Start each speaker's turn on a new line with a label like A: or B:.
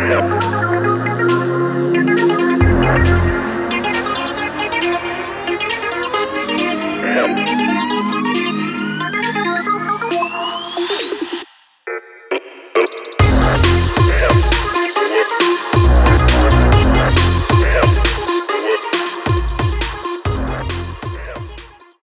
A: Yep.